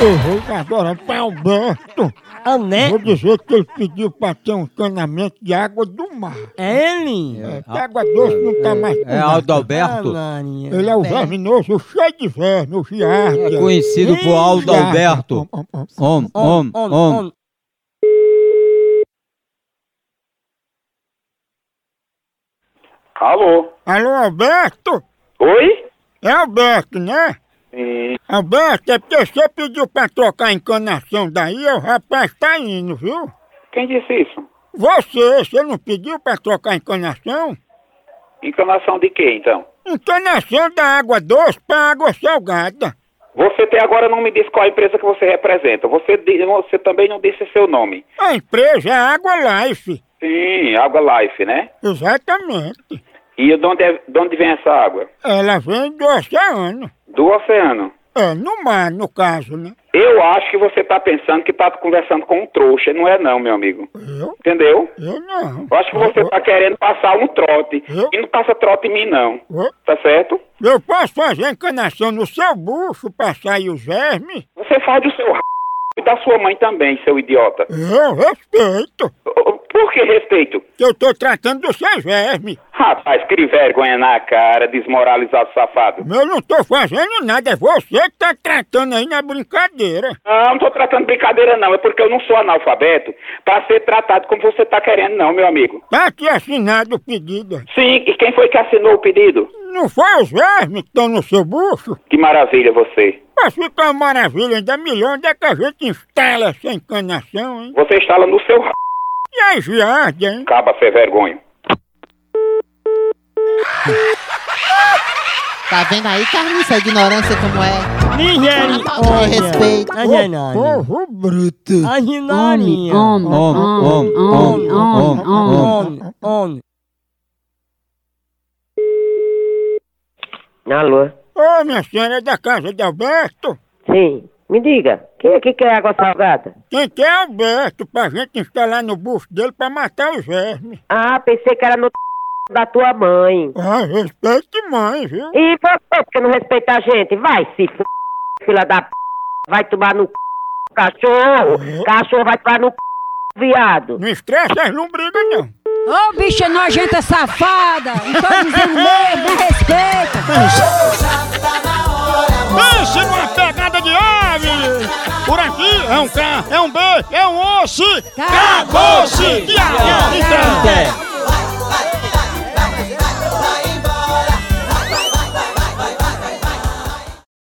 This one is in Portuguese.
Eu vou agora pra Alberto. Ah, É. né? tá Vou dizer que ele pediu pra ter um encanamento de água do mar. É ele? É, que água doce não tá mais com Ah. É nada. Aldo Alberto, Alarinha. Ele é o verminoso, cheio de verme, o É, giardia. conhecido por Aldo Giardia. Alberto. Om, om, om. Om, om, om. Alô? Alô, Alberto? Oi? É Alberto, né? Sim. Alberto, é porque você pediu pra trocar a encanação daí, o rapaz tá indo, viu? Quem disse isso? Você, você não pediu pra trocar a encanação? Encanação de quê, então? Encanação da água doce pra água salgada. Você até agora não me disse qual a empresa que você representa. Você, di- você também não disse seu nome. A empresa é Água Life. Sim, Água Life, né? Exatamente. E de onde, é- de onde vem essa água? Ela vem do oceano. Do oceano. É, no mar, no caso, né? Eu acho que você tá pensando que tá conversando com um trouxa. Não é não, meu amigo. Eu? Entendeu? Eu não. Eu acho que você tá querendo passar um trote. Eu? E não passa trote em mim, não. Eu- Tá certo? Eu posso fazer encanação no seu bucho pra sair os vermes? Você faz do seu r... e da sua mãe também, seu idiota. Eu respeito, Ô, ô, Por que respeito? que eu tô tratando dos seus vermes. Rapaz, que vergonha na cara, desmoralizado safado. Eu não tô fazendo nada, é você que tá tratando aí na brincadeira. Não, não tô tratando brincadeira não, é porque eu não sou analfabeto pra ser tratado como você tá querendo não, meu amigo. Tá aqui assinado o pedido. Sim, e quem foi que assinou o pedido? Não foi os vermes que estão no seu bucho? Que maravilha você. Mas fica uma maravilha, ainda melhor onde é que a gente instala essa encanação, hein? Você instala no seu r... E a giardia, hein? Caba, ser vergonha. Tá vendo aí, Carlinhos, essa ignorância como é? Tá Nigéria. respeito. A Ô, Genarinha. Povo bruto. A Homem, Ginarinha. homem, Om, om, homem, om, homem, om, homem, homem. On, on. Alô? Ô, minha senhora, é da casa de Alberto? Sim. Me diga, quem aqui quer água salgada? Quem quer é Alberto pra gente instalar no bucho dele pra matar os vermes. Ah, pensei que era no da tua mãe. Ah, respeite mãe, viu? E você, porque não respeita a gente? Vai se f... fila da p... Vai tomar no c... cachorro. Cachorro vai tomar no c... viado. Não estressa as lombrigas, não. Ô, bicha nojenta safada! Não tô dizendo mesmo, me respeita! Pense numa é pegada de ave! Por aqui é um K, é um B, é um osso! Acabou-se! Acabou-se! E até então.